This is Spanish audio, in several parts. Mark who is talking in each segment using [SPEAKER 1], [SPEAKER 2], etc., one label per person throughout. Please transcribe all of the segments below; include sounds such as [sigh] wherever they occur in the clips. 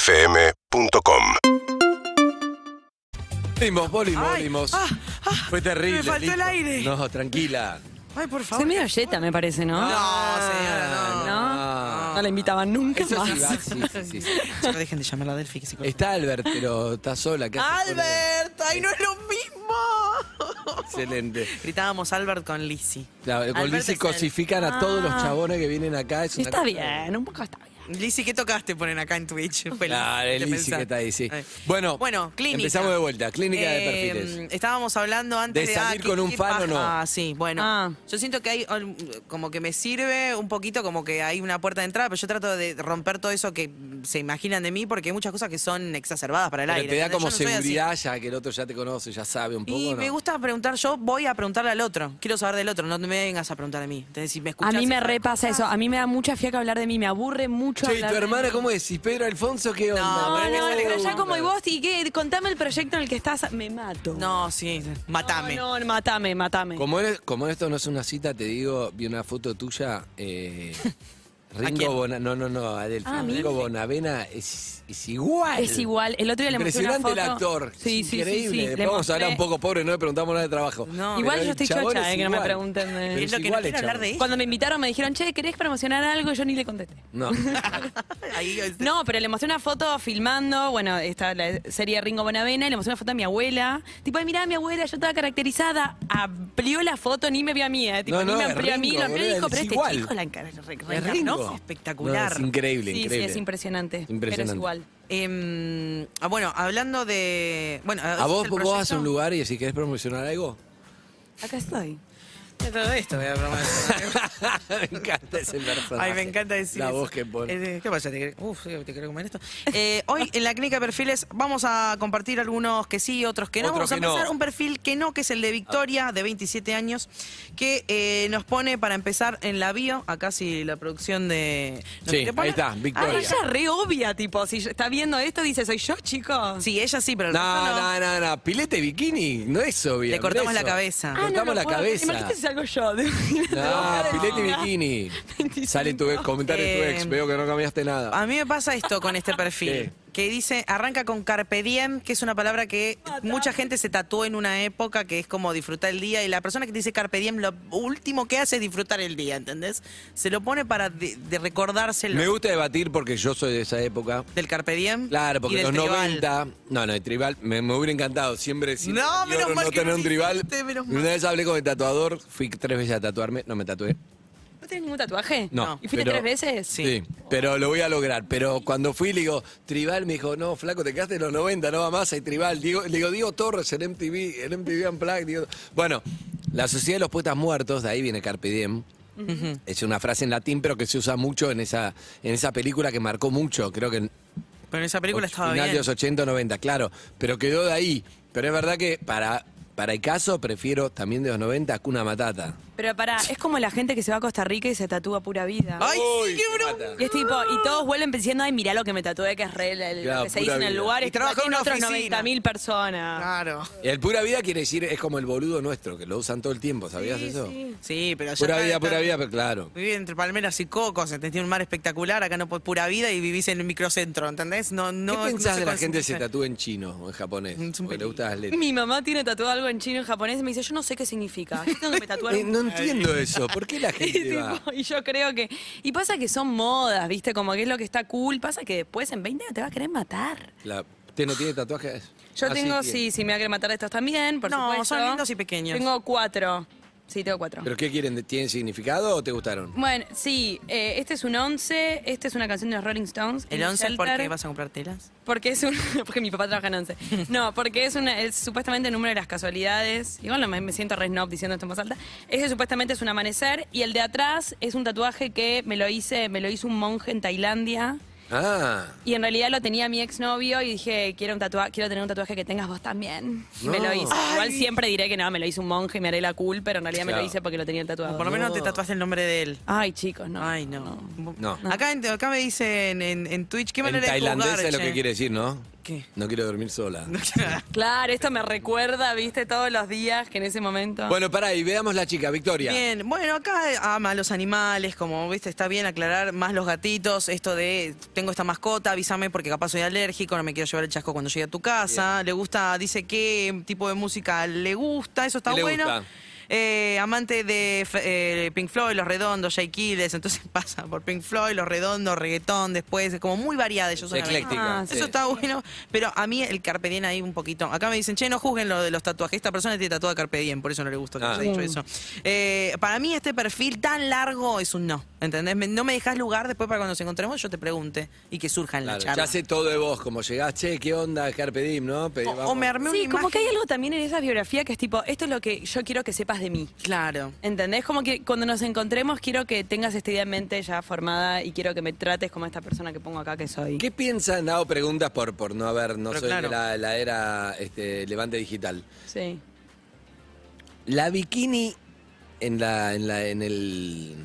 [SPEAKER 1] UrbanaPlayFM.com
[SPEAKER 2] Volvimos, volvimos,
[SPEAKER 3] Ay,
[SPEAKER 2] volvimos.
[SPEAKER 3] ah, ah,
[SPEAKER 2] Fue terrible.
[SPEAKER 3] me faltó el
[SPEAKER 2] listo.
[SPEAKER 3] aire.
[SPEAKER 2] No, tranquila.
[SPEAKER 3] Ay, por favor.
[SPEAKER 4] Se medio yeta, me parece, ¿no?
[SPEAKER 3] señora, Ah,
[SPEAKER 4] no.
[SPEAKER 2] no.
[SPEAKER 4] No la invitaban nunca
[SPEAKER 2] Eso sí, va,
[SPEAKER 4] más.
[SPEAKER 2] sí, sí, sí,
[SPEAKER 3] [laughs]
[SPEAKER 2] sí.
[SPEAKER 3] Chicos, dejen de llamarla Delphi, que se corta.
[SPEAKER 2] Está Albert, pero está sola. ¿qué hace sola?
[SPEAKER 3] ¡Albert! ¡Ay, no es lo mismo!
[SPEAKER 2] Excelente.
[SPEAKER 3] Gritábamos Albert con Lizzie.
[SPEAKER 2] Claro, con
[SPEAKER 3] Albert
[SPEAKER 2] Lizzy
[SPEAKER 3] es
[SPEAKER 2] cosifican a todos los
[SPEAKER 4] Ah.
[SPEAKER 2] chabones que vienen acá. Es una
[SPEAKER 4] Está
[SPEAKER 2] cosa-
[SPEAKER 4] bien, un poco está bien.
[SPEAKER 3] Lizzie, ¿qué tocaste ponen acá en Twitch? [laughs] Fue
[SPEAKER 2] Claro,
[SPEAKER 3] Lizzy,
[SPEAKER 2] el
[SPEAKER 3] ¿qué
[SPEAKER 2] Lizzy
[SPEAKER 3] pensás?
[SPEAKER 2] que está ahí, sí.
[SPEAKER 3] Ay.
[SPEAKER 2] Bueno,
[SPEAKER 3] bueno, clínica. Eh,
[SPEAKER 2] empezamos de vuelta, clínica de perfiles.
[SPEAKER 3] Estábamos hablando antes
[SPEAKER 2] ¿De
[SPEAKER 3] de,
[SPEAKER 2] salir
[SPEAKER 3] ah, qué-
[SPEAKER 2] con un
[SPEAKER 3] qué
[SPEAKER 2] fan o no?
[SPEAKER 3] paja. Ah, sí, bueno.
[SPEAKER 4] Ah.
[SPEAKER 3] Yo siento que hay um, como que me sirve un poquito, como que hay una puerta de entrada, pero yo trato de romper todo eso que se imaginan de mí porque hay muchas cosas que son exacerbadas para el
[SPEAKER 2] Pero
[SPEAKER 3] aire.
[SPEAKER 2] te da
[SPEAKER 3] ¿entendés?
[SPEAKER 2] como
[SPEAKER 3] Yo no soy así.
[SPEAKER 2] seguridad ya que el otro ya te conoce, ya sabe un poco.
[SPEAKER 3] Y
[SPEAKER 2] ¿no?
[SPEAKER 3] me gusta preguntar, yo voy a preguntarle al otro. Quiero saber del otro, no me vengas a preguntar a mí. Entonces, si me
[SPEAKER 4] A
[SPEAKER 3] escuchas,
[SPEAKER 4] mí me
[SPEAKER 3] ah,
[SPEAKER 4] repasa eso, a mí me da mucha fiaca hablar de mí, me aburre mucho
[SPEAKER 2] Che, ¿y
[SPEAKER 4] hablar
[SPEAKER 2] tu
[SPEAKER 4] de
[SPEAKER 2] hermana
[SPEAKER 4] mí.
[SPEAKER 2] cómo es? ¿Y Pedro Alfonso qué onda?
[SPEAKER 3] No,
[SPEAKER 4] No,
[SPEAKER 2] Me
[SPEAKER 4] no, pero
[SPEAKER 2] gusta.
[SPEAKER 4] ya como y vos, y qué, contame el proyecto en el que estás, me mato.
[SPEAKER 3] No, sí, matame.
[SPEAKER 4] No, no, matame, matame.
[SPEAKER 2] Como, eres- como esto no es una cita, te digo, vi una foto tuya.
[SPEAKER 4] [laughs]
[SPEAKER 2] eh, Ringo
[SPEAKER 3] quién?
[SPEAKER 2] Bona, no, no, no, Adelphi.
[SPEAKER 4] Ah, ¿a mí?
[SPEAKER 2] Ringo Bonavena es, es igual.
[SPEAKER 4] Es igual, el otro día le mostré una
[SPEAKER 2] Impresionante
[SPEAKER 4] foto.
[SPEAKER 2] el actor.
[SPEAKER 4] Sí, sí, sí,
[SPEAKER 2] Increíble.
[SPEAKER 4] sí,
[SPEAKER 2] Después
[SPEAKER 4] le
[SPEAKER 2] vamos a hablar un
[SPEAKER 4] mostré.
[SPEAKER 2] poco, pobre, no le preguntamos nada de trabajo.
[SPEAKER 3] No.
[SPEAKER 4] Igual
[SPEAKER 2] Pero
[SPEAKER 4] yo
[SPEAKER 2] el
[SPEAKER 4] estoy
[SPEAKER 2] chabón
[SPEAKER 4] chocha,
[SPEAKER 2] es
[SPEAKER 4] eh, que no me
[SPEAKER 2] igual.
[SPEAKER 4] pregunten de-
[SPEAKER 2] Pero
[SPEAKER 4] Es
[SPEAKER 3] lo que no
[SPEAKER 2] igual el
[SPEAKER 3] quiero hablar de
[SPEAKER 2] chabón.
[SPEAKER 4] Cuando me invitaron me dijeron, che, ¿querés promocionar algo? Yo ni le contesté. [laughs]
[SPEAKER 2] No.
[SPEAKER 3] Ahí, este,
[SPEAKER 4] No, pero le mostré una foto filmando, bueno, esta la serie Ringo Bonavena, y le mostré una foto a mi abuela. Tipo, ay, mirá, mi abuela, yo estaba caracterizada. Amplió la foto, ni me vio a mí, ¿eh? Tipo,
[SPEAKER 2] No, no,
[SPEAKER 4] ni me
[SPEAKER 2] es
[SPEAKER 4] amplió a mí,
[SPEAKER 2] Ringo,
[SPEAKER 4] lo amplió y
[SPEAKER 2] boludo,
[SPEAKER 4] dijo, pero
[SPEAKER 2] es
[SPEAKER 4] este
[SPEAKER 2] igual.
[SPEAKER 4] chico la encar- re-
[SPEAKER 2] Es
[SPEAKER 4] reencarnó".
[SPEAKER 2] Ringo.
[SPEAKER 3] ¿no? Espectacular.
[SPEAKER 2] No, es increíble,
[SPEAKER 4] Sí, sí,
[SPEAKER 2] increíble.
[SPEAKER 4] es impresionante. Pero es
[SPEAKER 2] Impresionante.
[SPEAKER 4] igual.
[SPEAKER 3] Em, ah, bueno, hablando de. Bueno,
[SPEAKER 2] ¿A vos, vos
[SPEAKER 3] el proyecto?
[SPEAKER 2] vas a un lugar y si querés promocionar algo? [laughs]
[SPEAKER 4] Acá estoy.
[SPEAKER 3] De todo esto voy a
[SPEAKER 2] [laughs]
[SPEAKER 3] promocionar.
[SPEAKER 2] me encanta ese personaje.
[SPEAKER 3] Ay, me encanta decir
[SPEAKER 2] La
[SPEAKER 3] eso.
[SPEAKER 2] voz que pone.
[SPEAKER 3] Eh, ¿Qué pasa? ¿Te querés, uf, ¿te querés comer [laughs] esto? Eh, hoy en la clínica de perfiles vamos a compartir algunos que sí, otros que no.
[SPEAKER 2] Otros
[SPEAKER 3] vamos a
[SPEAKER 2] que no.
[SPEAKER 3] empezar un perfil que no, que es el de Victoria, de 27 años, que eh, nos pone para empezar en la bio, acá sí la producción de... ¿no
[SPEAKER 2] Sí,
[SPEAKER 3] quiere poner?
[SPEAKER 2] ahí está,
[SPEAKER 4] Ah,
[SPEAKER 2] Victoria.
[SPEAKER 4] ella es re obvia, tipo, si está viendo esto, dice, soy yo, chico.
[SPEAKER 3] Ah, Sí, ella sí, pero el resto
[SPEAKER 2] No, no, no, no. Pilete bikini, no es obvio.
[SPEAKER 3] Le cortamos
[SPEAKER 2] Andrés.
[SPEAKER 3] la cabeza. Ah,
[SPEAKER 4] Ah, no,
[SPEAKER 2] cortamos
[SPEAKER 4] no
[SPEAKER 2] la
[SPEAKER 4] puedo creer.
[SPEAKER 2] cabeza.
[SPEAKER 4] Imagínate si salgo yo. de-
[SPEAKER 2] No,
[SPEAKER 4] de-
[SPEAKER 2] pilete bikini.
[SPEAKER 4] 25.
[SPEAKER 2] Sale tu comentario de tu ex,
[SPEAKER 3] Eh,
[SPEAKER 2] veo que no cambiaste nada.
[SPEAKER 3] A mí me pasa esto con este perfil. Que dice, arranca con carpe diem, que es una palabra que mucha gente se tatuó en una época que es como disfrutar el día. Y la persona que dice carpe diem, lo último que hace es disfrutar el día, ¿entendés? Se lo pone para de, de recordárselo
[SPEAKER 2] Me gusta debatir porque yo soy de esa época.
[SPEAKER 3] del carpe diem.
[SPEAKER 2] Claro,
[SPEAKER 3] y
[SPEAKER 2] porque
[SPEAKER 3] del
[SPEAKER 2] los
[SPEAKER 3] tribal.
[SPEAKER 2] 90. No, no, el tribal. Me, me hubiera encantado siempre decir.
[SPEAKER 3] No,
[SPEAKER 2] yo
[SPEAKER 3] menos
[SPEAKER 2] no,
[SPEAKER 3] mal que
[SPEAKER 2] tener
[SPEAKER 3] no
[SPEAKER 2] un
[SPEAKER 3] lo
[SPEAKER 2] tribal.
[SPEAKER 3] hiciste, menos mal.
[SPEAKER 2] Una vez hablé con el tatuador, fui tres veces a tatuarme, no me tatué.
[SPEAKER 4] ¿No tenés ningún tatuaje?
[SPEAKER 2] No.
[SPEAKER 4] ¿Y fuiste
[SPEAKER 2] pero-
[SPEAKER 4] tres veces?
[SPEAKER 2] Sí. Pero lo voy a lograr. Pero cuando fui, le digo, Tribal me dijo, no, flaco, te quedaste en los 90, no va más, hay Tribal. Digo, le digo, Diego Torres, el MTV, el MTV Unplugged. digo- bueno, la Sociedad de los Poetas Muertos, de ahí viene Carpe Diem. Es una frase en latín, pero que se usa mucho en esa, en esa película que marcó mucho, creo que en
[SPEAKER 3] Pero en esa película
[SPEAKER 2] och-
[SPEAKER 3] estaba
[SPEAKER 2] final
[SPEAKER 3] bien.
[SPEAKER 2] de los 80, 90, claro. Pero quedó de ahí. Pero es verdad que para, para el caso prefiero también de los 90 Cuna Matata.
[SPEAKER 4] Pero pará, es como la gente que se va a Costa Rica y se tatúa pura vida.
[SPEAKER 2] Ah,
[SPEAKER 3] Ay, sí,
[SPEAKER 2] Uy,
[SPEAKER 3] qué
[SPEAKER 2] qué
[SPEAKER 3] bronca.
[SPEAKER 2] mata.
[SPEAKER 4] Y es tipo, y todos vuelven pensando, ay, mirá lo que me tatué, que es re la- la-
[SPEAKER 2] Claro,
[SPEAKER 4] lo que se
[SPEAKER 2] pura
[SPEAKER 4] dice en el
[SPEAKER 2] vida.
[SPEAKER 4] lugar.
[SPEAKER 3] Y
[SPEAKER 4] es tipo,
[SPEAKER 3] trabaja en
[SPEAKER 4] tiene
[SPEAKER 3] una
[SPEAKER 4] otras
[SPEAKER 3] oficina.
[SPEAKER 4] 90.000 personas.
[SPEAKER 3] Claro.
[SPEAKER 2] El pura vida quiere decir, es como el boludo nuestro, que lo usan todo el tiempo, ¿sabías eso?
[SPEAKER 3] Sí, pero ya
[SPEAKER 2] Pura
[SPEAKER 3] está-
[SPEAKER 2] vida,
[SPEAKER 3] está-
[SPEAKER 2] pura vida, pero claro.
[SPEAKER 3] Vivir entre palmeras y cocos, ¿entendés? Tiene un mar espectacular, acá no po- pura vida y vivís en el microcentro, ¿entendés? No, no, no
[SPEAKER 2] ¿Qué pensás
[SPEAKER 3] se
[SPEAKER 2] de la gente que se
[SPEAKER 3] concentra.
[SPEAKER 2] tatúa en chino o en japonés?
[SPEAKER 3] Es un
[SPEAKER 2] Porque le
[SPEAKER 3] peligro.
[SPEAKER 2] gustan las letras.
[SPEAKER 4] Mi mamá tiene tatuado algo en chino y en japonés y me dice, yo no sé qué significa. Yo tengo que
[SPEAKER 2] [laughs]
[SPEAKER 4] me tatuar
[SPEAKER 2] Eh, no
[SPEAKER 4] un-
[SPEAKER 2] entiendo eso. ¿Por qué
[SPEAKER 3] [laughs]
[SPEAKER 2] la
[SPEAKER 4] [laughs] Y,
[SPEAKER 2] gente va?
[SPEAKER 4] tipo, y yo creo que. Y pasa que son modas, ¿viste? Como que es lo que está cool. Pasa que después en 20 años te va a querer matar.
[SPEAKER 2] La- ¿Usted no tiene tatuajes?
[SPEAKER 4] Yo
[SPEAKER 2] Ah,
[SPEAKER 4] tengo,
[SPEAKER 2] tiene.
[SPEAKER 4] sí, sí, me va a querer matar de estos también, por
[SPEAKER 3] No,
[SPEAKER 4] supuesto.
[SPEAKER 3] son lindos y pequeños.
[SPEAKER 4] Tengo cuatro. Sí, tengo cuatro.
[SPEAKER 2] ¿Pero qué quieren? ¿Tienen significado o te gustaron?
[SPEAKER 4] Bueno, sí, eh, este es un 11, esta es una canción de los Rolling Stones.
[SPEAKER 3] ¿El
[SPEAKER 4] In
[SPEAKER 3] 11 por qué
[SPEAKER 4] Shelter,
[SPEAKER 3] vas a comprar telas?
[SPEAKER 4] Porque es un, [laughs] porque mi papá trabaja en 11. No, porque es una es supuestamente el número de las casualidades. Igual no me, me siento re snob diciendo esto en voz alta. Ese supuestamente es un amanecer y el de atrás es un tatuaje que me lo hice, me lo hizo un monje en Tailandia.
[SPEAKER 2] Ah,
[SPEAKER 4] Y en realidad lo tenía mi exnovio y dije, quiero, un tatua- quiero tener un tatuaje que tengas vos también. Y me
[SPEAKER 2] No.
[SPEAKER 4] lo hice. Igual siempre diré que no, me lo hizo un monje y me haré la cool, pero en realidad me
[SPEAKER 2] Claro.
[SPEAKER 4] lo hice porque lo tenía el tatuado.
[SPEAKER 3] Por lo menos te tatuaste el nombre de él.
[SPEAKER 4] Ay, chicos, no.
[SPEAKER 3] Ay, no.
[SPEAKER 2] No.
[SPEAKER 3] Acá, en- acá me dicen en, en Twitch, ¿qué
[SPEAKER 2] en
[SPEAKER 3] manera de
[SPEAKER 2] tailandés
[SPEAKER 3] juzgar,
[SPEAKER 2] es lo
[SPEAKER 3] che?
[SPEAKER 2] que quiere decir, ¿no?
[SPEAKER 3] ¿Qué?
[SPEAKER 2] No quiero dormir sola.
[SPEAKER 4] Claro, esto me recuerda, viste, todos los días que en ese momento.
[SPEAKER 2] Bueno, pará, y veamos la chica, Victoria.
[SPEAKER 3] [laughs] Bien, bueno, acá ama a los animales, como viste, está bien aclarar más los gatitos, esto de tengo esta mascota, avísame porque capaz soy alérgico, no me quiero llevar el chasco cuando llegue a tu casa, le gusta, dice qué tipo de música le gusta, eso está
[SPEAKER 2] ¿Qué le
[SPEAKER 3] bueno.
[SPEAKER 2] gusta?
[SPEAKER 3] Eh, amante de F- eh, Pink Floyd, Los Redondos, Jay Kiles, entonces [laughs] pasa por Pink Floyd, Los Redondos, reggaetón, después, es como muy variada. Yo soy una
[SPEAKER 2] Ecléctica.
[SPEAKER 4] Ah,
[SPEAKER 3] Eso
[SPEAKER 2] sí.
[SPEAKER 3] está bueno, pero a mí el Carpe Diem ahí un poquito. Acá me dicen, che, no juzguen lo de los tatuajes. Esta persona tiene tatuado Carpe Diem, por eso no le gusta que
[SPEAKER 2] Ah.
[SPEAKER 3] haya dicho eso. Eh, para mí este perfil tan largo es un no, ¿entendés? Me- no me dejas lugar después para cuando nos encontremos yo te pregunte y que surja en la
[SPEAKER 2] Claro,
[SPEAKER 3] charla.
[SPEAKER 2] ya sé todo de vos, como llegás, che, ¿qué onda, Carpe Diem, no? Pedí-
[SPEAKER 3] O- o
[SPEAKER 2] vamos.
[SPEAKER 3] me armé una
[SPEAKER 4] Sí, como
[SPEAKER 3] imagen-
[SPEAKER 4] que hay algo también en esa biografía que es tipo, esto es lo que yo quiero que sepas de mí.
[SPEAKER 3] Claro.
[SPEAKER 4] ¿Entendés? Como que cuando nos encontremos quiero que tengas esta idea en mente ya formada y quiero que me trates como esta persona que pongo acá que soy.
[SPEAKER 2] ¿Qué piensan? Hago preguntas por, por no haber, no
[SPEAKER 3] Pero
[SPEAKER 2] soy
[SPEAKER 3] claro.
[SPEAKER 2] de la, la era este, levante digital.
[SPEAKER 4] Sí.
[SPEAKER 2] La bikini en la, en la, en el,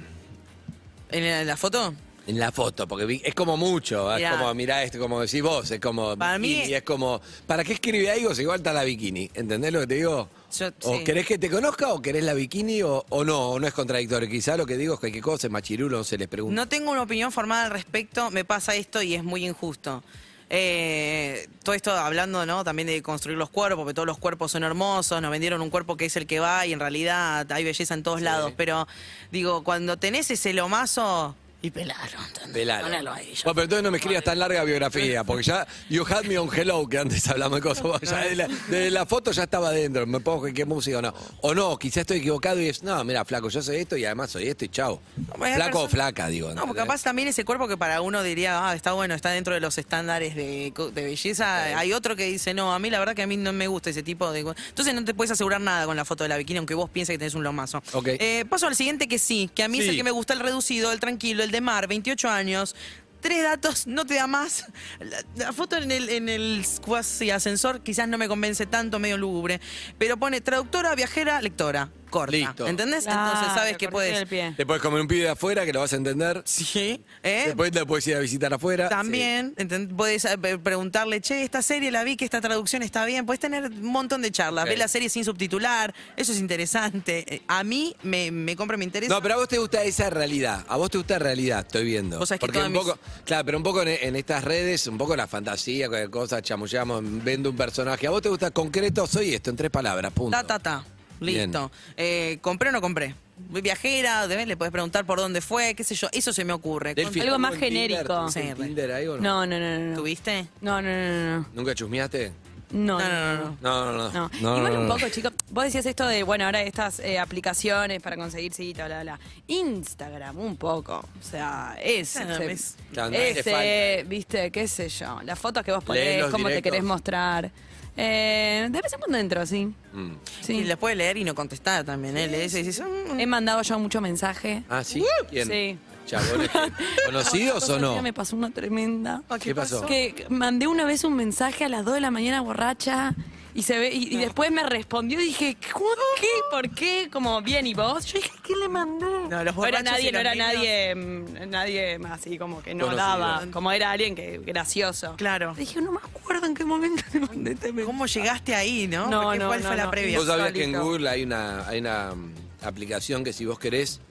[SPEAKER 3] ¿En la, en la foto?
[SPEAKER 2] en la foto, porque vi- es como mucho, es
[SPEAKER 3] Mirá.
[SPEAKER 2] como, mirá esto, como decís vos, es como
[SPEAKER 3] Para mí-
[SPEAKER 2] bikini, es como, ¿para qué escribe algo si igual está la bikini? ¿Entendés lo que te digo?
[SPEAKER 3] Yo-
[SPEAKER 2] o
[SPEAKER 3] sí.
[SPEAKER 2] querés que te conozca o querés la bikini o, o no, o no es contradictorio. Quizá lo que digo es cualquier cosa, es machirulo, se les pregunta.
[SPEAKER 3] No tengo una opinión formada al respecto, me pasa esto y es muy injusto. Eh, todo esto hablando, ¿no? También de construir los cuerpos, porque todos los cuerpos son hermosos, nos vendieron un cuerpo que es el que va y en realidad hay belleza en todos lados, pero digo, cuando tenés ese lomazo y pelalo, ¿entendés?
[SPEAKER 2] Pelalo.
[SPEAKER 3] Ponelo ahí, ya.
[SPEAKER 2] Bueno, pero entonces no me escribas tan larga biografía, porque ya You Had Me on Hello, que antes hablamos de cosas. vos ya de, la, de la foto ya estaba adentro, me pongo qué música o no. O no, quizás estoy equivocado y es, no, mira, flaco, yo soy esto y además soy esto y chao.
[SPEAKER 3] pues, la
[SPEAKER 2] flaco o
[SPEAKER 3] persona-
[SPEAKER 2] flaca, digo.
[SPEAKER 3] No, porque
[SPEAKER 2] ¿entendés?
[SPEAKER 3] capaz también ese cuerpo que para uno diría, ah, está bueno, está dentro de los estándares de, co- de belleza. Hay otro que dice, no, a mí la verdad que a mí no me gusta ese tipo de. cu- Entonces no te puedes asegurar nada con la foto de la bikini, aunque vos pienses que tenés un lomazo.
[SPEAKER 2] Ok.
[SPEAKER 3] Eh, paso al siguiente que sí, que a mí es el
[SPEAKER 2] Sí.
[SPEAKER 3] que me gusta el reducido, el tranquilo, el de mar, 28 años. Tres datos, no te da más. La, la foto en el, en el cuasi ascensor quizás no me convence tanto, medio lúgubre. Pero pone traductora, viajera, lectora. Corta.
[SPEAKER 2] Listo.
[SPEAKER 3] ¿Entendés? Entonces
[SPEAKER 4] Claro,
[SPEAKER 3] sabes que
[SPEAKER 4] cortito
[SPEAKER 3] puedes.
[SPEAKER 4] del pie.
[SPEAKER 2] Te puedes comer un pibe de afuera que lo vas a entender.
[SPEAKER 3] Sí. ¿Eh?
[SPEAKER 2] Después te puedes ir a visitar afuera.
[SPEAKER 3] También enten- podés eh, pe- preguntarle, che, esta serie la vi, que esta traducción está bien. Podés tener un montón de charlas.
[SPEAKER 2] Ok.
[SPEAKER 3] Ve la serie sin subtitular, eso es interesante. Eh, A mí me, me compra, me
[SPEAKER 2] Sí.
[SPEAKER 3] interesa.
[SPEAKER 2] No, pero a vos te gusta esa realidad. A vos te gusta realidad, estoy viendo.
[SPEAKER 3] Vos sabés que
[SPEAKER 2] Porque
[SPEAKER 3] todas
[SPEAKER 2] un
[SPEAKER 3] mis-
[SPEAKER 2] poco, claro, pero un poco en, en estas redes, un poco la fantasía, cualquier cosa, chamullamos, vendo un personaje. A vos te gusta concreto, soy esto, en tres palabras, punto.
[SPEAKER 3] Ta, ta, ta.
[SPEAKER 2] Bien.
[SPEAKER 3] Listo. Eh, ¿Compré o no compré? Viajera, de- le podés preguntar por dónde fue, qué sé yo. Eso se me ocurre.
[SPEAKER 2] Delphi,
[SPEAKER 4] Algo
[SPEAKER 2] ¿estuvo
[SPEAKER 4] más
[SPEAKER 2] en Tinder?
[SPEAKER 4] genérico.
[SPEAKER 2] ¿Tuviste en
[SPEAKER 3] Sí, re.
[SPEAKER 2] Tinder ahí o no?
[SPEAKER 4] No, no, no, no. no.
[SPEAKER 3] ¿Tuviste?
[SPEAKER 4] No, no, no, no.
[SPEAKER 2] ¿Nunca chusmeaste?
[SPEAKER 4] No, no,
[SPEAKER 3] No, no, no,
[SPEAKER 4] no.
[SPEAKER 2] No,
[SPEAKER 3] no.
[SPEAKER 4] no.
[SPEAKER 2] no, no.
[SPEAKER 4] No,
[SPEAKER 2] No,
[SPEAKER 4] igual
[SPEAKER 2] no,
[SPEAKER 4] un
[SPEAKER 2] no.
[SPEAKER 4] poco, chicos. Vos decías esto de, bueno, ahora estas eh, aplicaciones para conseguir cita, bla, bla, bla. Instagram, un poco. O sea, es.
[SPEAKER 3] Claro,
[SPEAKER 4] se-
[SPEAKER 3] Ah, es-
[SPEAKER 2] Claro, no le
[SPEAKER 4] ese, viste, qué sé yo. Las fotos que vos
[SPEAKER 2] Lees
[SPEAKER 4] ponés,
[SPEAKER 2] los
[SPEAKER 4] cómo te
[SPEAKER 2] directos.
[SPEAKER 4] querés mostrar. Eh, de vez en cuando entro, sí.
[SPEAKER 2] Mm.
[SPEAKER 4] sí.
[SPEAKER 3] Y la puedes leer y no contestar también. ¿eh? Lees y dices, mm,
[SPEAKER 4] He mandado yo mucho mensaje.
[SPEAKER 2] Ah, ¿sí? ¿Quién?
[SPEAKER 4] Sí.
[SPEAKER 2] Chabones.
[SPEAKER 4] [laughs]
[SPEAKER 2] ¿Conocidos o
[SPEAKER 4] Cosa
[SPEAKER 2] no?
[SPEAKER 4] que Me pasó una tremenda.
[SPEAKER 3] ah,
[SPEAKER 2] ¿Qué pasó?
[SPEAKER 4] Que mandé una vez un mensaje a las 2 de la mañana borracha y se ve y, y después me respondió y dije, "¿Cu- ¿qué? ¿Por qué? Como bien y vos. Yo dije, ¿qué le mandé?
[SPEAKER 3] No, los
[SPEAKER 4] era
[SPEAKER 3] borrachos y
[SPEAKER 4] nadie, no
[SPEAKER 3] los
[SPEAKER 4] era
[SPEAKER 3] niños.
[SPEAKER 4] nadie, mm, nadie más así como que no
[SPEAKER 2] Conocido.
[SPEAKER 4] daba, como era alguien que gracioso.
[SPEAKER 3] Claro.
[SPEAKER 4] Dije, no me acuerdo en qué momento le mandé este mensaje.
[SPEAKER 3] ¿Cómo llegaste ahí, no?
[SPEAKER 4] No,
[SPEAKER 3] Porque
[SPEAKER 4] no,
[SPEAKER 3] ¿Cuál
[SPEAKER 4] no,
[SPEAKER 3] fue la
[SPEAKER 4] no.
[SPEAKER 3] previa?
[SPEAKER 2] Vos sabías que en
[SPEAKER 4] solito.
[SPEAKER 2] Google hay una, hay una mm, aplicación que si vos querés,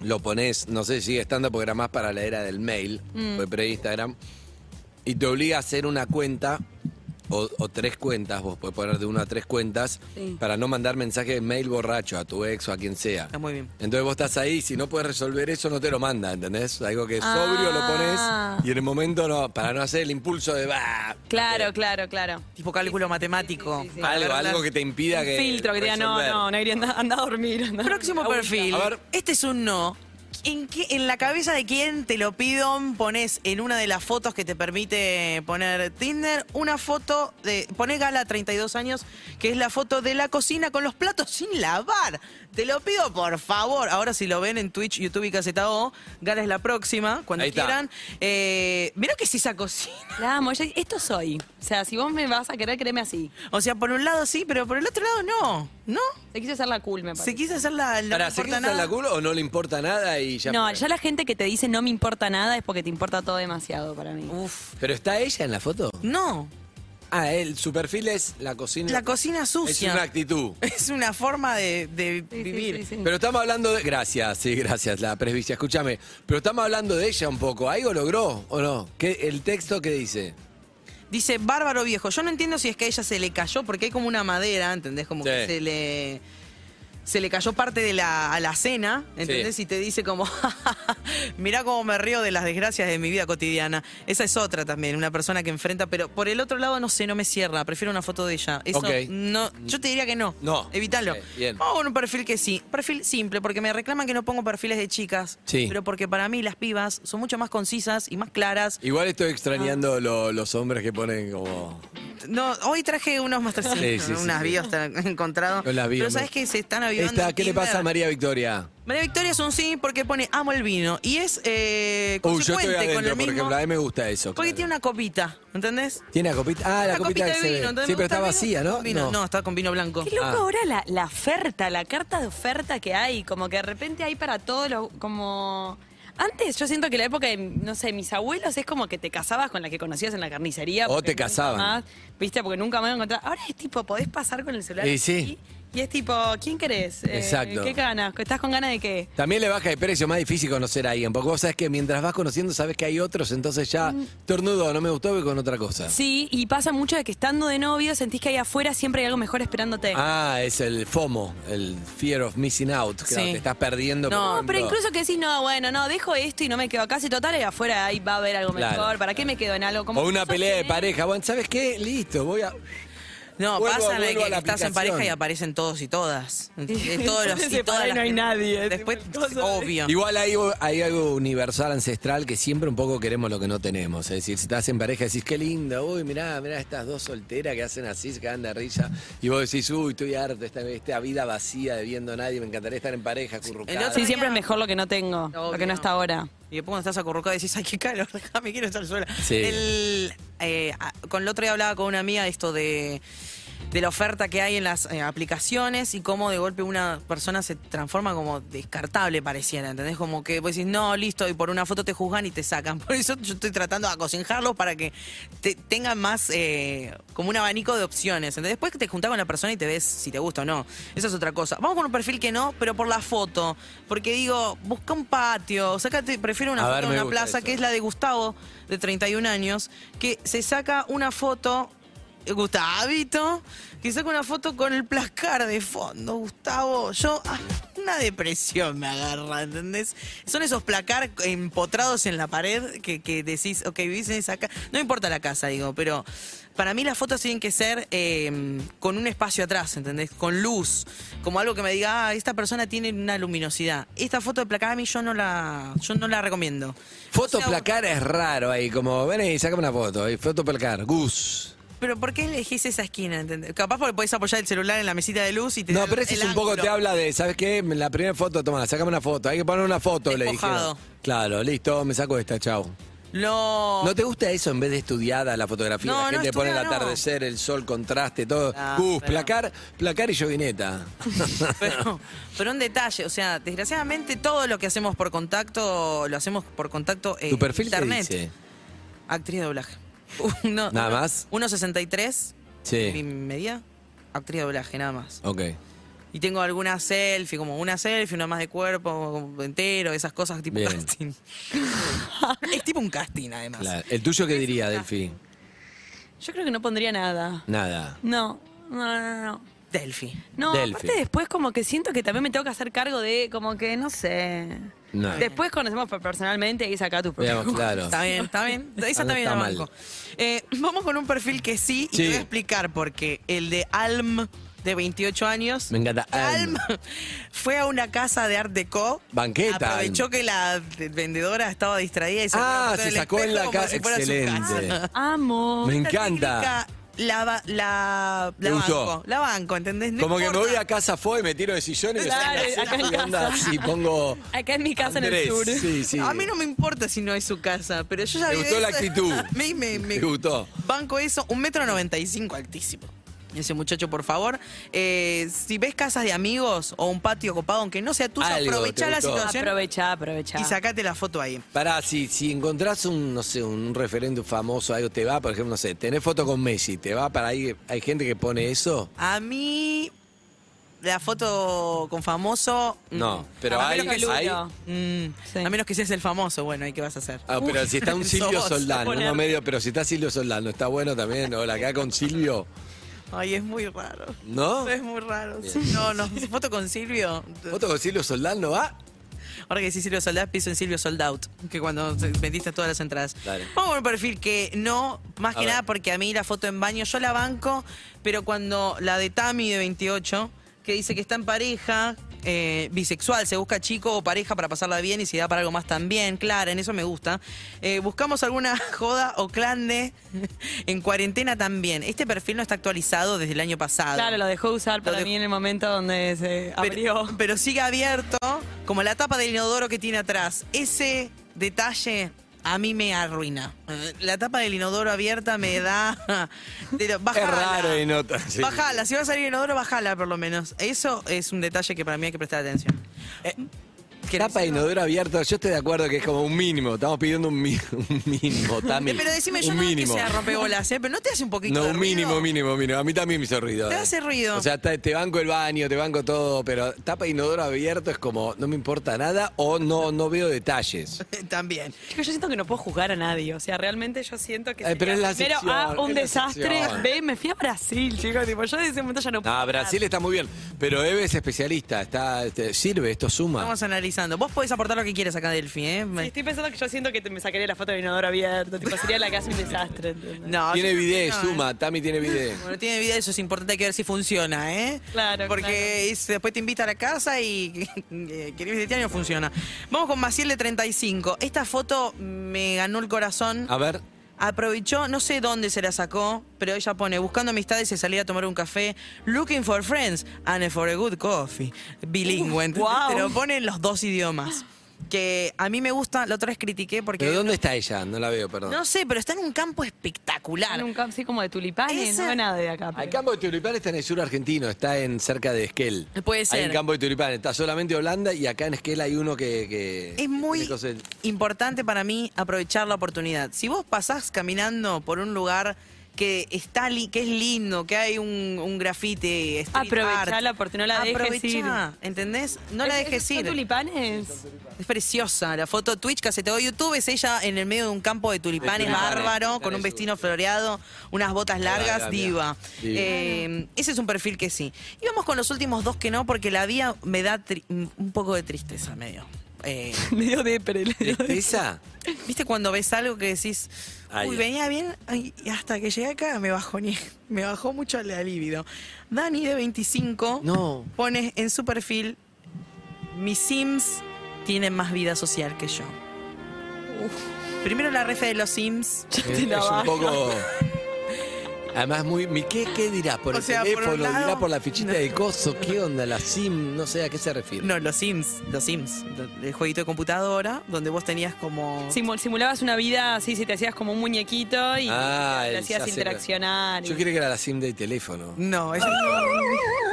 [SPEAKER 2] lo ponés, no sé si sigue estando porque era más para la era del mail,
[SPEAKER 4] Mm.
[SPEAKER 2] fue pre-Instagram, y te obliga a hacer una cuenta o, o tres cuentas, vos podés poner de una a tres cuentas
[SPEAKER 4] Sí.
[SPEAKER 2] para no mandar mensaje de mail borracho a tu ex o a quien sea.
[SPEAKER 3] Está muy bien.
[SPEAKER 2] Entonces vos estás ahí, si no puedes resolver eso, no te lo manda, ¿entendés? Algo que sobrio
[SPEAKER 4] Ah.
[SPEAKER 2] lo pones y en el momento no, para no hacer el impulso de... "Bah".
[SPEAKER 4] Claro, claro, claro.
[SPEAKER 3] Tipo cálculo matemático.
[SPEAKER 4] sí, sí.
[SPEAKER 2] Algo, algo que te impida
[SPEAKER 4] Un
[SPEAKER 2] que...
[SPEAKER 4] filtro que diga, no,
[SPEAKER 2] resolver.
[SPEAKER 4] no, Negri, anda, anda a dormir. anda
[SPEAKER 2] [laughs]
[SPEAKER 4] a
[SPEAKER 3] Próximo
[SPEAKER 4] dormir".
[SPEAKER 3] perfil.
[SPEAKER 2] A ver.
[SPEAKER 3] Este es un no. ¿En, qué- en la cabeza de quién te lo pido pones en una de las fotos que te permite poner Tinder una foto de. Poné Gala 32 años, que es la foto de la cocina con los platos [laughs] sin lavar. Te lo pido por favor. Ahora, si lo ven en Twitch, YouTube y Caseta O, Gala es la próxima, cuando
[SPEAKER 2] Ahí está.
[SPEAKER 3] quieran. Eh, mirá que es esa cocina.
[SPEAKER 4] La amo, yo- esto soy. O sea, si vos me vas a querer, créeme así.
[SPEAKER 3] O sea, por un lado sí, pero por el otro lado no. ¿No?
[SPEAKER 4] Se quiso hacer la cool, me parece.
[SPEAKER 3] Se quiso hacer la. la
[SPEAKER 2] Para, ¿se
[SPEAKER 3] importa
[SPEAKER 2] quiere estar
[SPEAKER 3] nada.
[SPEAKER 2] la culo o no le importa nada y ya
[SPEAKER 4] no,
[SPEAKER 2] fue?
[SPEAKER 4] ya la gente que te
[SPEAKER 2] Uh,
[SPEAKER 4] dice no me importa nada es porque te importa todo demasiado para mí.
[SPEAKER 3] Uf.
[SPEAKER 2] ¿Pero está ella en la foto?
[SPEAKER 3] No.
[SPEAKER 2] Ah, él, su perfil es la cocina.
[SPEAKER 3] La cocina
[SPEAKER 2] es
[SPEAKER 3] sucia.
[SPEAKER 2] una actitud.
[SPEAKER 3] [laughs] Es una forma de, de
[SPEAKER 4] sí,
[SPEAKER 3] vivir.
[SPEAKER 4] sí, sí.
[SPEAKER 2] Pero estamos hablando de. Gracias, sí, gracias, la presbicia. Escúchame. Pero estamos hablando de ella un poco. ¿Algo logró o no? ¿Qué, ¿El texto qué dice?
[SPEAKER 3] Dice bárbaro viejo. Yo no entiendo si es que a ella se le cayó, porque hay como una madera, ¿entendés? Como que
[SPEAKER 2] Sí.
[SPEAKER 3] se le. Se le cayó parte de la, a la cena, ¿entendés?
[SPEAKER 2] Sí.
[SPEAKER 3] Y te dice como, [laughs] mirá cómo me río de las desgracias de mi vida cotidiana. Esa es otra también, una persona que enfrenta, pero por el otro lado no sé, no me cierra, prefiero una foto de ella. Eso
[SPEAKER 2] Ok.
[SPEAKER 3] no, yo te diría que no.
[SPEAKER 2] No.
[SPEAKER 3] Evítalo.
[SPEAKER 2] Ok, bien.
[SPEAKER 3] Vamos con un perfil que sí. Perfil simple, porque me reclaman que no pongo perfiles de chicas.
[SPEAKER 2] Sí.
[SPEAKER 3] Pero porque para mí las pibas son mucho más concisas y más claras.
[SPEAKER 2] Igual estoy extrañando
[SPEAKER 3] Ah.
[SPEAKER 2] lo- los hombres que ponen como.
[SPEAKER 3] No, hoy traje unos mastercitos,
[SPEAKER 2] Sí, sí, sí,
[SPEAKER 3] unas
[SPEAKER 2] sí.
[SPEAKER 3] bios tan- encontrado.
[SPEAKER 2] Con las bios,
[SPEAKER 3] Pero
[SPEAKER 2] me-
[SPEAKER 3] sabes que se están avivando.
[SPEAKER 2] Esta,
[SPEAKER 3] en
[SPEAKER 2] ¿Qué le
[SPEAKER 3] Tinder?
[SPEAKER 2] pasa a María Victoria?
[SPEAKER 3] María Victoria es un sí porque pone amo el vino y es eh,
[SPEAKER 2] Uy, yo estoy
[SPEAKER 3] consecuente con
[SPEAKER 2] adentro,
[SPEAKER 3] lo
[SPEAKER 2] por
[SPEAKER 3] mismo.
[SPEAKER 2] ejemplo. A mí me gusta eso.
[SPEAKER 3] Porque
[SPEAKER 2] claro.
[SPEAKER 3] tiene una copita, ¿entendés?
[SPEAKER 2] Tiene la copita. Ah, la
[SPEAKER 3] Una
[SPEAKER 2] copita, que se ve.
[SPEAKER 3] entonces
[SPEAKER 2] Sí,
[SPEAKER 3] me
[SPEAKER 2] pero
[SPEAKER 3] gusta
[SPEAKER 2] está
[SPEAKER 3] el vino
[SPEAKER 2] vacía,
[SPEAKER 3] con
[SPEAKER 2] ¿no?
[SPEAKER 3] vino. No. está con vino blanco.
[SPEAKER 4] Qué loco
[SPEAKER 2] Ah.
[SPEAKER 4] ahora la, la oferta, la carta de oferta que hay, como que de repente hay para todos los, como... Antes yo siento que la época de, no sé, mis abuelos es como que te casabas con la que conocías en la carnicería.
[SPEAKER 2] O
[SPEAKER 4] porque
[SPEAKER 2] te
[SPEAKER 4] nunca
[SPEAKER 2] casaban.
[SPEAKER 4] más, Viste, porque nunca me voy a encontrar. Ahora es tipo, podés pasar con el celular.
[SPEAKER 2] Y sí.
[SPEAKER 4] aquí, Y es tipo, ¿quién querés? Eh,
[SPEAKER 2] Exacto.
[SPEAKER 4] ¿Qué ganas? ¿Estás con ganas de qué?
[SPEAKER 2] También le baja de precio, más difícil conocer a alguien. Porque vos sabés que mientras vas conociendo, sabés que hay otros, entonces ya tornudo, no me gustó, voy con otra cosa.
[SPEAKER 4] Mm. Sí, y pasa mucho de que estando de novio sentís que ahí afuera siempre hay algo mejor esperándote.
[SPEAKER 2] Ah, es el FOMO, el Fear of Missing Out. Claro,
[SPEAKER 3] Sí.
[SPEAKER 2] te estás perdiendo. por
[SPEAKER 4] No,
[SPEAKER 2] ejemplo.
[SPEAKER 4] pero incluso que decís, no, bueno, no, dejo esto y no me quedo acá. Si total, ahí afuera ahí va a haber algo
[SPEAKER 2] Claro,
[SPEAKER 4] mejor. ¿Para qué me quedo en algo? Como
[SPEAKER 2] O una
[SPEAKER 4] sos
[SPEAKER 2] pelea de
[SPEAKER 4] gay.
[SPEAKER 2] pareja. Bueno, ¿sabes qué? Listo, voy a.
[SPEAKER 3] No,
[SPEAKER 2] Vuelvo-
[SPEAKER 3] pasa la
[SPEAKER 2] vuelvo
[SPEAKER 3] que
[SPEAKER 2] a la
[SPEAKER 3] estás en
[SPEAKER 2] aplicación.
[SPEAKER 3] pareja y aparecen todos
[SPEAKER 2] [laughs]
[SPEAKER 3] y todas. ¿entendés? Todos los
[SPEAKER 4] Se
[SPEAKER 3] y todas
[SPEAKER 4] para y
[SPEAKER 3] las
[SPEAKER 4] no hay
[SPEAKER 3] que-
[SPEAKER 4] nadie,
[SPEAKER 3] Después,
[SPEAKER 4] tipo, el coso de-
[SPEAKER 3] obvio.
[SPEAKER 2] Igual hay, hay algo universal, ancestral, que siempre un poco queremos lo que no tenemos. Es decir, si estás en pareja, decís, qué linda, uy, mirá, mirá estas dos solteras que hacen así, se cagan de risa. Y vos decís, uy, estoy harto, esta, esta vida vacía de viendo a nadie, me encantaría estar en pareja,
[SPEAKER 3] el
[SPEAKER 2] currucada.
[SPEAKER 3] otro-
[SPEAKER 4] Sí, siempre es mejor lo que no tengo, lo que
[SPEAKER 3] Obvio.
[SPEAKER 4] no está ahora.
[SPEAKER 3] Y después cuando estás acurrucado decís, ay, qué calor, [laughs] déjame, quiero estar sola.
[SPEAKER 2] Sí.
[SPEAKER 3] El, eh, a- con el otro día hablaba con una amiga de esto de, de la oferta que hay en las eh, aplicaciones y cómo de golpe una persona se transforma como descartable pareciera, ¿entendés? Como que vos decís, no, listo, y por una foto te juzgan y te sacan. [laughs] Por eso yo estoy tratando de acocinjarlos para que te- tengan más, eh, como un abanico de opciones, ¿entendés? Después que te juntás con la persona y te ves si te gusta o no. Esa es otra cosa. Vamos con un perfil que no, pero por la foto. Porque digo, busca un patio, sácate, prefiero una
[SPEAKER 2] A
[SPEAKER 3] foto
[SPEAKER 2] ver,
[SPEAKER 3] en
[SPEAKER 2] me
[SPEAKER 3] una
[SPEAKER 2] gusta
[SPEAKER 3] plaza,
[SPEAKER 2] eso.
[SPEAKER 3] que es la de Gustavo, de 31 años, que se saca una foto. eh, Gustavito, que saca una foto con el plascar de fondo, Gustavo. Yo, ah, una depresión me agarra, ¿entendés? Son esos placar empotrados en la pared que, que decís, ok, vivís en esa casa. No importa la casa, digo, pero para mí las fotos tienen que ser eh, con un espacio atrás, ¿entendés? Con luz, como algo que me diga, ah, esta persona tiene una luminosidad. Esta foto de placar a mí yo no la, yo no la recomiendo.
[SPEAKER 2] Foto
[SPEAKER 3] O sea,
[SPEAKER 2] placar es raro ahí, como, ven y sacame una foto. ahí, foto placar, Gus.
[SPEAKER 3] Pero ¿por qué elegís esa esquina? ¿entendés? Capaz porque podés apoyar el celular en la mesita de luz y te
[SPEAKER 2] No,
[SPEAKER 3] da
[SPEAKER 2] pero eso
[SPEAKER 3] el
[SPEAKER 2] es un poco,
[SPEAKER 3] ángulo.
[SPEAKER 2] te habla de, ¿sabes qué? La primera foto, toma, sacame una foto. Hay que poner una foto, le
[SPEAKER 3] Despojado.
[SPEAKER 2] dijeron. Claro, listo, me saco esta, chao.
[SPEAKER 3] Lo-
[SPEAKER 2] ¿No te gusta eso en vez de estudiada la fotografía?
[SPEAKER 3] Oh. No,
[SPEAKER 2] la
[SPEAKER 3] no
[SPEAKER 2] gente pone el
[SPEAKER 3] estudiada, no.
[SPEAKER 2] atardecer, el sol, contraste, todo.
[SPEAKER 3] Ah,
[SPEAKER 2] Gus,
[SPEAKER 3] pero-
[SPEAKER 2] placar, placar y llovineta.
[SPEAKER 3] pero, pero un detalle, o sea, desgraciadamente todo lo que hacemos por contacto, lo hacemos por contacto en
[SPEAKER 2] ¿Tu perfil
[SPEAKER 3] internet.
[SPEAKER 2] qué dice?
[SPEAKER 3] Actriz de doblaje. [laughs] Uno-
[SPEAKER 2] ¿Nada más?
[SPEAKER 3] 1.63, mi
[SPEAKER 2] Sí,
[SPEAKER 3] media. Actriz de doblaje, nada más.
[SPEAKER 2] ok.
[SPEAKER 3] Y tengo alguna selfie, como una selfie, una más de cuerpo entero, esas cosas tipo
[SPEAKER 2] Bien.
[SPEAKER 3] casting. [laughs] es tipo un casting, además.
[SPEAKER 2] Claro. ¿El tuyo qué diría, Delfi?
[SPEAKER 4] Yo creo que no pondría nada.
[SPEAKER 2] Nada.
[SPEAKER 4] No, no, no, no.
[SPEAKER 3] Delphi.
[SPEAKER 4] No,
[SPEAKER 2] Delphi.
[SPEAKER 4] aparte después como que siento que también me tengo que hacer cargo de, como que, no sé.
[SPEAKER 2] No.
[SPEAKER 4] Después conocemos personalmente y saca tus propias
[SPEAKER 2] Veamos, Ah. claro.
[SPEAKER 3] Está bien,
[SPEAKER 2] [laughs]
[SPEAKER 3] está bien. Esa
[SPEAKER 2] No
[SPEAKER 3] también
[SPEAKER 2] está
[SPEAKER 3] la
[SPEAKER 2] mal.
[SPEAKER 3] banco. Eh, vamos con un perfil que sí, y
[SPEAKER 2] Sí.
[SPEAKER 3] te voy a explicar por qué. El de Alm, de 28 años.
[SPEAKER 2] Me encanta, Alm.
[SPEAKER 3] Alm fue a una casa de Art Deco.
[SPEAKER 2] Banqueta,
[SPEAKER 3] Aprovechó
[SPEAKER 2] Alm.
[SPEAKER 3] que la vendedora estaba distraída y se
[SPEAKER 2] Ah,
[SPEAKER 3] puso
[SPEAKER 2] se
[SPEAKER 3] el
[SPEAKER 2] sacó en la
[SPEAKER 3] espejo como
[SPEAKER 2] casa.
[SPEAKER 3] si fuera su
[SPEAKER 2] Excelente.
[SPEAKER 3] casa.
[SPEAKER 4] [laughs] Amo.
[SPEAKER 2] Me
[SPEAKER 3] Esta
[SPEAKER 2] encanta.
[SPEAKER 3] técnica La, ba- la,
[SPEAKER 2] Me
[SPEAKER 3] la
[SPEAKER 2] gustó.
[SPEAKER 3] banco, la banco, ¿entendés? No
[SPEAKER 2] Como que me
[SPEAKER 3] importa.
[SPEAKER 2] voy a casa fue, me tiro de sillón y me
[SPEAKER 4] Claro,
[SPEAKER 2] saco
[SPEAKER 4] acá en
[SPEAKER 2] la
[SPEAKER 4] casa.
[SPEAKER 2] onda así,
[SPEAKER 3] [laughs]
[SPEAKER 2] pongo...
[SPEAKER 4] Acá en mi casa
[SPEAKER 2] Andrés.
[SPEAKER 4] en el sur.
[SPEAKER 2] Sí, sí.
[SPEAKER 3] A mí no me importa si no es su casa, pero yo ya
[SPEAKER 2] Me
[SPEAKER 3] vi
[SPEAKER 2] gustó la
[SPEAKER 3] [laughs] eso.
[SPEAKER 2] actitud.
[SPEAKER 3] Me, me, me
[SPEAKER 2] Me gustó.
[SPEAKER 3] Banco eso, un metro noventa y cinco altísimo. Ese muchacho, por favor, eh, si ves casas de amigos o un patio copado, aunque no sea tuyo,
[SPEAKER 2] Algo,
[SPEAKER 3] aprovecha
[SPEAKER 2] ¿te
[SPEAKER 3] la
[SPEAKER 2] gustó?
[SPEAKER 3] situación
[SPEAKER 4] Aprovechá, aprovechá.
[SPEAKER 3] y sacate la foto ahí.
[SPEAKER 2] Pará, si, si encontrás un, no sé, un referéndum famoso, algo te va, por ejemplo, no sé, tenés foto con Messi, te va para ahí, hay gente que pone eso.
[SPEAKER 3] A mí, la foto con famoso. mm,
[SPEAKER 2] No, pero
[SPEAKER 4] A
[SPEAKER 2] hay,
[SPEAKER 4] menos que Lulo.
[SPEAKER 2] hay-
[SPEAKER 3] mm,
[SPEAKER 4] Sí.
[SPEAKER 3] A menos que seas el famoso, bueno, ¿y qué vas a hacer?
[SPEAKER 2] Ah, pero si
[SPEAKER 3] [laughs]
[SPEAKER 2] está un Silvio
[SPEAKER 3] sos,
[SPEAKER 2] Soldano,
[SPEAKER 4] ponerte.
[SPEAKER 2] uno medio, pero si está Silvio Soldano, está bueno también, o la que da con
[SPEAKER 3] [laughs]
[SPEAKER 2] Silvio,
[SPEAKER 3] Ay, es muy raro.
[SPEAKER 2] ¿no?
[SPEAKER 3] Es muy raro. sí. No, no, foto con Silvio.
[SPEAKER 2] ¿Foto con Silvio Soldano va?
[SPEAKER 3] Ahora que decís Silvio Soldado, pienso en Silvio Sold Out, que cuando se- vendiste todas las entradas.
[SPEAKER 2] Dale.
[SPEAKER 3] Vamos a un perfil que no, más
[SPEAKER 2] A
[SPEAKER 3] que
[SPEAKER 2] ver.
[SPEAKER 3] nada porque a mí la foto en baño yo la banco, pero cuando la de Tami de 28, que dice que está en pareja, eh, bisexual, se busca chico o pareja para pasarla bien y si da para algo más también, claro, en eso me gusta. Eh, buscamos alguna [laughs] joda o clan de en cuarentena también. Este perfil no está actualizado desde el año pasado.
[SPEAKER 4] Claro, lo dejó usar para
[SPEAKER 3] dejó-
[SPEAKER 4] mí en el momento donde se abrió.
[SPEAKER 3] Pero, pero sigue abierto, como la tapa del inodoro que tiene atrás. Ese detalle a mí me arruina. Eh, La tapa del inodoro abierta me da...
[SPEAKER 2] [laughs]
[SPEAKER 3] Pero bajala.
[SPEAKER 2] Es raro y no tan- sí.
[SPEAKER 3] Bajala, si va a salir inodoro, bajala por lo menos. Eso es un detalle que para mí hay que prestar atención. ¿Querés
[SPEAKER 2] Eh, Tapa de
[SPEAKER 3] decirlo?
[SPEAKER 2] inodoro abierto, yo estoy de acuerdo que es como un mínimo, estamos pidiendo un, mi- [laughs] un
[SPEAKER 3] [laughs]
[SPEAKER 2] mínimo, Tami.
[SPEAKER 3] Eh, Pero decime, yo
[SPEAKER 2] un
[SPEAKER 3] no es que
[SPEAKER 2] mínimo.
[SPEAKER 3] sea rompeolas, ¿eh? pero no te hace un poquito
[SPEAKER 2] No,
[SPEAKER 3] de
[SPEAKER 2] un
[SPEAKER 3] ruido?
[SPEAKER 2] mínimo, mínimo, mínimo. A mí también me hizo ruido.
[SPEAKER 3] Te
[SPEAKER 2] eh.
[SPEAKER 3] hace ruido.
[SPEAKER 2] O sea, te, te banco el baño, te banco todo, pero tapa de inodoro abierto es como, no me importa nada o no, no veo
[SPEAKER 3] [laughs]
[SPEAKER 2] detalles.
[SPEAKER 3] [laughs] También.
[SPEAKER 2] Ah.
[SPEAKER 4] Chicos, yo siento que no puedo juzgar a nadie. O sea, realmente yo siento que.
[SPEAKER 2] Ay, pero
[SPEAKER 4] sería,
[SPEAKER 2] es la
[SPEAKER 4] primero,
[SPEAKER 2] sección,
[SPEAKER 4] A, un
[SPEAKER 2] es la
[SPEAKER 4] desastre.
[SPEAKER 2] sección.
[SPEAKER 4] B, me fui a Brasil, chicos. Tipo, yo desde ese momento ya no puedo.
[SPEAKER 2] No, Ah, Brasil está muy bien, pero Eve es especialista, está, este, sirve, esto suma.
[SPEAKER 3] Vamos analizando. Vos podés aportar lo que quieras acá, Delphi, ¿eh?
[SPEAKER 4] Sí, estoy pensando que yo siento que te- me sacaría la foto del inodoro abierto. Tipo, sería la casa un desastre. ¿entendés?
[SPEAKER 3] No,
[SPEAKER 2] Tiene
[SPEAKER 3] yo creo que
[SPEAKER 2] video,
[SPEAKER 3] no, ¿eh?
[SPEAKER 2] suma, Tami tiene video.
[SPEAKER 3] Bueno, tiene vida, eso es importante, hay que ver si funciona, ¿eh?
[SPEAKER 4] Claro,
[SPEAKER 3] Porque
[SPEAKER 4] claro.
[SPEAKER 3] es- después te invita a la casa y [laughs] eh, querés visitar y no funciona. Vamos con Maciel de 35. Esta foto me ganó el corazón.
[SPEAKER 2] A
[SPEAKER 3] [laughs]
[SPEAKER 2] ver,
[SPEAKER 3] Aprovechó, no sé dónde se la sacó, pero ella pone buscando amistades y salir a tomar un café, looking for friends and for a good coffee. Bilingüe, ¿entendés?
[SPEAKER 4] wow.
[SPEAKER 3] pero pone en los dos idiomas. Que a mí me gusta, la otra vez critiqué porque.
[SPEAKER 2] ¿pero dónde está ella? No la veo, perdón.
[SPEAKER 3] No sé, pero está en un campo espectacular.
[SPEAKER 4] Ah, En un campo así como de tulipanes.
[SPEAKER 3] Esa-
[SPEAKER 4] No veo nada de acá.
[SPEAKER 2] El
[SPEAKER 4] Ah, pero-
[SPEAKER 2] campo de tulipanes está en el sur argentino, está en cerca de Esquel.
[SPEAKER 3] Puede
[SPEAKER 2] Hay
[SPEAKER 3] ser.
[SPEAKER 2] un campo de tulipanes, está solamente Holanda y acá en Esquel hay uno que... que- que
[SPEAKER 3] Es muy
[SPEAKER 2] tiene cosas-
[SPEAKER 3] importante para mí aprovechar la oportunidad. Si vos pasás caminando por un lugar que está li- que es lindo, que hay un, un grafite, street
[SPEAKER 4] Aprovechá
[SPEAKER 3] art,
[SPEAKER 4] la oportunidad, no la dejes ir.
[SPEAKER 3] aprovechá, ¿entendés? No la
[SPEAKER 4] ¿Es-
[SPEAKER 3] dejes
[SPEAKER 4] Eh, esos
[SPEAKER 3] ir.
[SPEAKER 4] ¿Son tulipanes?
[SPEAKER 3] Es preciosa la foto Twitch que se te YouTube. Es ella en el medio de un campo de tulipanes
[SPEAKER 2] De tulipanes,
[SPEAKER 3] bárbaro,
[SPEAKER 2] tulipanes,
[SPEAKER 3] con un vestido
[SPEAKER 2] seguro.
[SPEAKER 3] floreado, unas botas
[SPEAKER 2] va,
[SPEAKER 3] largas,
[SPEAKER 2] ahí va,
[SPEAKER 3] diva.
[SPEAKER 2] mira. Diva.
[SPEAKER 3] Eh, ese es un perfil que sí. Y vamos con los últimos dos que no, porque la vía me da tri- un poco de tristeza medio. Eh,
[SPEAKER 4] Medio de
[SPEAKER 2] ¿Tristeza?
[SPEAKER 3] ¿Viste cuando ves algo que decís,
[SPEAKER 2] Ay,
[SPEAKER 3] uy,
[SPEAKER 2] ay.
[SPEAKER 3] venía bien ay, y hasta que llegué acá me bajó, [laughs] me bajó mucho la libido? Dani de 25
[SPEAKER 2] No.
[SPEAKER 3] pone en su perfil, mis Sims tienen más vida social que yo. Primero la refe de los Sims.
[SPEAKER 2] Es, es un poco. Además, muy. mi- ¿Qué, qué dirá? ¿Por
[SPEAKER 3] O
[SPEAKER 2] el
[SPEAKER 3] sea, por un
[SPEAKER 2] teléfono?
[SPEAKER 3] lado-
[SPEAKER 2] ¿Dirá por la fichita
[SPEAKER 3] No.
[SPEAKER 2] de coso? ¿Qué onda? ¿La SIM? No sé a qué se refiere.
[SPEAKER 3] No, los Sims, los Sims, lo- el jueguito de computadora donde vos tenías como...
[SPEAKER 4] Simul- simulabas una vida así, si te hacías como un muñequito y
[SPEAKER 2] Ah,
[SPEAKER 4] te
[SPEAKER 2] el- ya
[SPEAKER 4] hacías
[SPEAKER 2] sé,
[SPEAKER 4] interaccionar.
[SPEAKER 2] Yo
[SPEAKER 4] y-
[SPEAKER 2] quería que era la SIM del teléfono.
[SPEAKER 3] No, eso [laughs]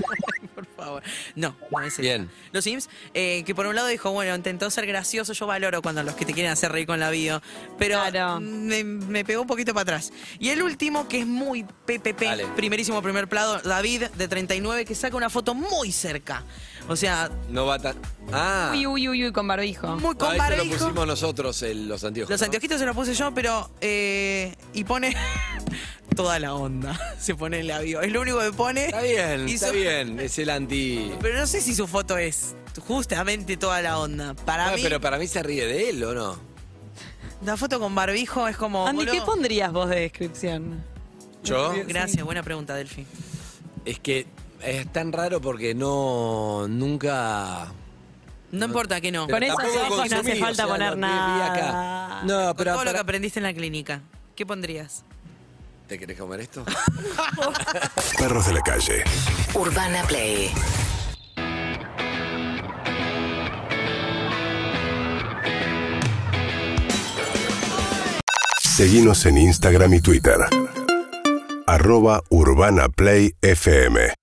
[SPEAKER 3] Por favor. No, no es eso.
[SPEAKER 2] Bien.
[SPEAKER 3] Los Sims, eh, que por un lado dijo, bueno, intentó ser gracioso, yo valoro cuando los que te quieren hacer reír con la bio, pero
[SPEAKER 4] Claro.
[SPEAKER 3] me, me pegó un poquito para atrás. Y el último, que es muy PPP,
[SPEAKER 2] Dale.
[SPEAKER 3] primerísimo primer plado, David, de 39, que saca una foto muy cerca. O sea,
[SPEAKER 2] No va tan. Ah.
[SPEAKER 4] Uy, uy, uy, uy, con barbijo.
[SPEAKER 3] muy
[SPEAKER 2] No,
[SPEAKER 3] con
[SPEAKER 2] eso este lo
[SPEAKER 3] barbijo.
[SPEAKER 2] pusimos nosotros, el- los anteojos.
[SPEAKER 3] Los
[SPEAKER 2] ¿no?
[SPEAKER 3] anteojitos se los puse yo, pero. eh, y pone. [laughs] toda la onda. [laughs] Se pone en la bio. Es lo único que pone.
[SPEAKER 2] Está bien,
[SPEAKER 3] Y
[SPEAKER 2] está
[SPEAKER 3] su-
[SPEAKER 2] bien. Es el anti.
[SPEAKER 3] Pero no sé si su foto es justamente toda la onda. Para
[SPEAKER 2] Ah,
[SPEAKER 3] mí,
[SPEAKER 2] Pero para mí se ríe de él, ¿o no?
[SPEAKER 3] la foto con barbijo es como.
[SPEAKER 4] Andy, ¿qué
[SPEAKER 3] boludo.
[SPEAKER 4] pondrías vos de descripción?
[SPEAKER 2] ¿Yo?
[SPEAKER 3] Gracias, buena pregunta, Delfi.
[SPEAKER 2] Es que es tan raro porque no. Nunca.
[SPEAKER 3] No importa que no.
[SPEAKER 4] Pero
[SPEAKER 3] Con
[SPEAKER 4] Con esos
[SPEAKER 2] tampoco
[SPEAKER 4] ojos no hace
[SPEAKER 2] consumí,
[SPEAKER 4] falta
[SPEAKER 2] o sea,
[SPEAKER 4] poner
[SPEAKER 2] no, vi- vi
[SPEAKER 4] nada.
[SPEAKER 2] acá. No, pero
[SPEAKER 3] todo lo que
[SPEAKER 2] para-
[SPEAKER 3] aprendiste en la clínica, ¿qué pondrías?
[SPEAKER 2] ¿Te querés comer esto?
[SPEAKER 1] Perros de la calle.
[SPEAKER 5] Urbana Play
[SPEAKER 1] 6 Seguimos en Instagram y Twitter. arroba urbanaplayfm.